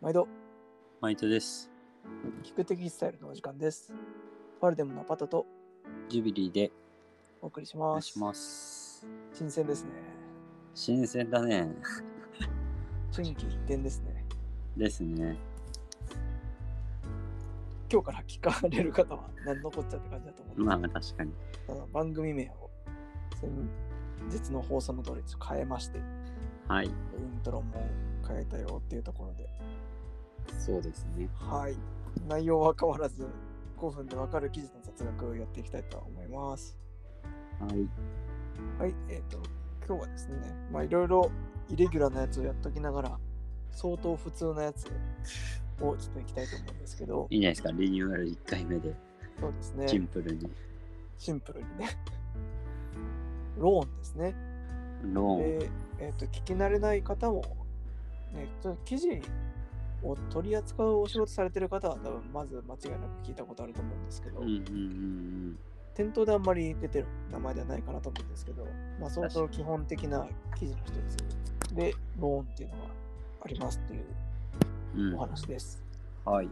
毎度、マイトです。聞くテキスタイルのお時間です。ファルデムのパタとジュビリーでお送りしお願まいす。します。新鮮ですね。新鮮だね。新規一点ですね。ですね。今日から聞かれる方は何のこっちゃって感じだと思うんまあです確かに。けど、ただ番組名を先日の放送の通りちょっと変えまして、イはい。ントロも変えたよっていうところで、そうですね。はい。内容は変わらず、5分でわかる記事の雑学をやっていきたいと思います。はい。はい、えっ、と、今日はですね、まあいろいろイレギュラーなやつをやっときながら、相当普通なやつをちょっといきたいと思うんですけどい、いんじゃないですか。リニューアル1回目でそうですシねン、プルに。シンプルにね。ローンですね。ローン。で、えっ、と、聞き慣れない方も、ね、ちょっと記事を取り扱うお仕事されてる方は、多分まず間違いなく聞いたことあると思うんですけど、うんうんうん店頭であんまり出てる名前ではないかなと思うんですけど、まあ、相当基本的な記事の一つで、ローンっていうのがありますっていううん。うんお。話です。はい。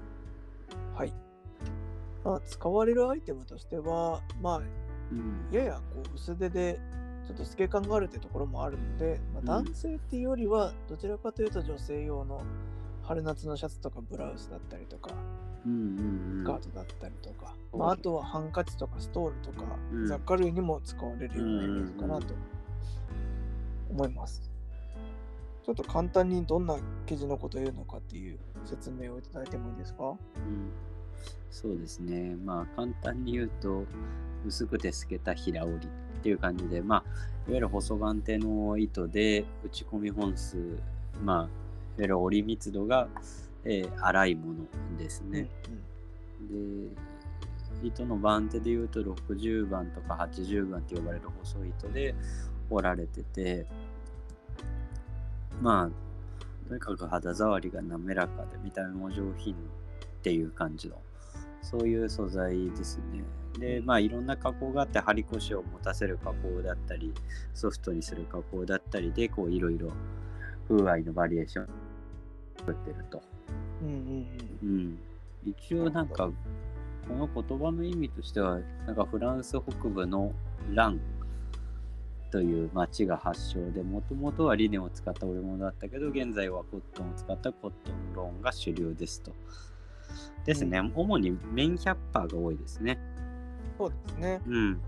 はい。まあ、使われるアイテムとしては、まうんあ、。ややこう薄手で、ちょっと透け感があるってところもあるので、まあ、うん男性っていうよりは、どちらかというと女性用の春夏のシャツとかブラウスだったりとか、うんうんスうカーん。トだったりとか、うんまあ、あとはハンカチとかストールとか、うん雑貨類にも使われるようなイメージかなと思います。ちょっと簡単にどんな記事のことを言うのかっていう説明をいただいてもいいですかうんそうですね。まあ簡単に言うと、薄くて透けた平織りっていう感じで、まあ、いわゆる細眼手の糸で打ち込み本数、まあ、いわゆる織り密度が、えー粗いものですね。で糸の番手で言うと60番とか80番って呼ばれる細い糸で織られててまあとにかく肌触りが滑らかで見た目も上品っていう感じのそういう素材ですね。でまあいろんな加工があって張り腰を持たせる加工だったりソフトにする加工だったりでこういろいろ風合いのバリエーションを作ってると。うんうんうんうん、一応なんかこの言葉の意味としてはなんかフランス北部のランという町が発祥でもともとはリネンを使った織物だったけど現在はコットンを使ったコットンローンが主流ですと。ですね、主にメインキャッパーが多いですね。そうですね。うん、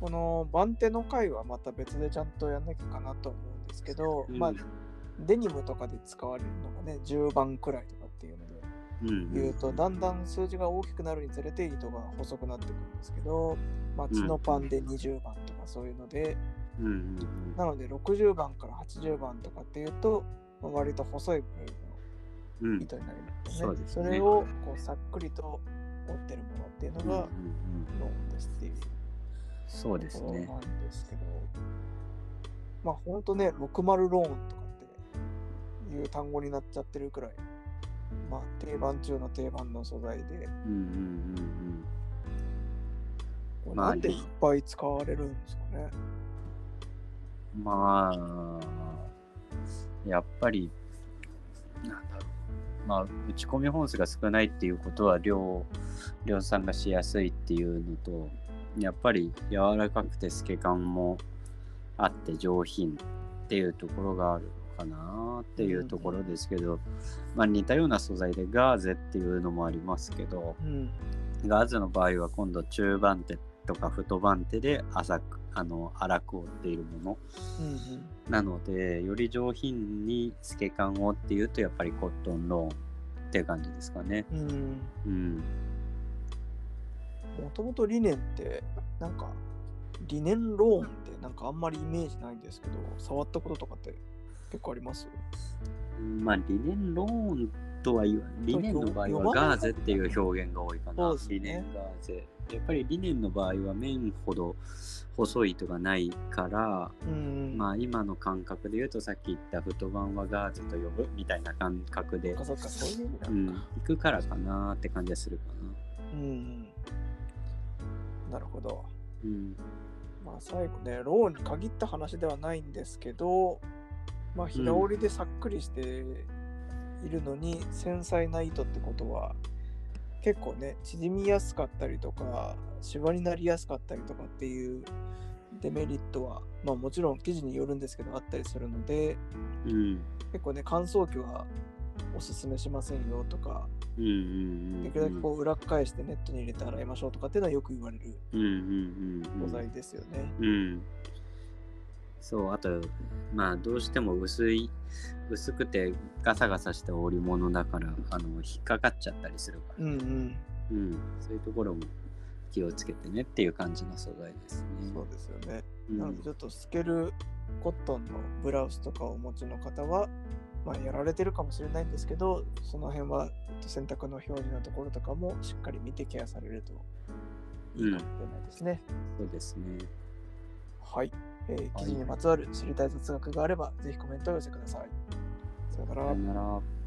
この番手の回はまた別でちゃんとやんなきゃかなと思うんですけど、うんまあデニムとかで使われるのがね10番くらいとかっていうのでうん、言うとだんだん数字が大きくなるにつれて糸が細くなってくるんですけど、まあ、うん角パンで20番とかそういうので、うんうんうんなので60番から80番とかっていうと、まあ割と細い部類うんうんの糸になりますそようね。ですそねれをこうさっくりと折ってるものっていううんうのがんローンですっていうそうですとこね。ろなんですけど、まあほんとね60ローンとかっていう単語になっちゃってるくらい、まあ、定番中の定番の素材で。うんうんうんこれまあなんでいっぱい使われるんですかね。うん、まあやっぱりなんだろうまあ打ち込み本数が少ないっていうことは量量産がしやすいっていうのとやっぱり柔らかくて透け感もあって上品っていうところがあるのかなっていうところですけど、まあ、似たような素材でガーゼっていうのもありますけど、うん。ガーズの場合は今度中盤手とか太番手で浅くあの粗く折っているものうんなのでより上品に透け感をっていうとやっぱりコットンローンっていう感じですかね。うん。うん。うん、もともと理念って、なんか、理念ローンってなんかあんまりイメージないんですけど、触ったこととかって結構ありますまあ理念ローンとは言わ理念の場合はガーゼっていう表現が多いかな。そうですね理念ガーゼ。やっぱり理念の場合は面ほど細い糸がないからうんまあ、あ今の感覚で言うとさっき言った太版はガーゼと呼ぶみたいな感覚でそっかそっか、そういう意味なうのんか。、行くからかなーって感じがするかな。うん。うんなるほど。うん、まあ最後ね、ローンに限った話ではないんですけど、まあ平織りでさっくりして、いるのに繊細な糸ってことは結構ね縮みやすかったりとかシワになりやすかったりとかっていうデメリットはまあもちろん生地によるんですけどあったりするのでうん結構ね乾燥機はおすすめしませんよとかうんうんできるだけこう裏返してネットに入れて洗いましょうとかっていうのはよく言われるうんうんうん素材ですよね。うん。そう、あと、まあ、どうしても薄い、薄くてガサガサした織物だから、あの、引っかかっちゃったりするから、うんうん、うん、そういうところも気をつけてねっていう感じの素材ですね。そうですよね。うんなのでちょっと透けるコットンのブラウスとかをお持ちの方は、まあ、やられてるかもしれないんですけどその辺はちょっと洗濯の表示のところとかもしっかり見てケアされるといいかもしれないですね。そうですね。はい、えー記事にまつわる知りたい雑学があればぜひコメントを寄せてください。さよなさらよ。なら。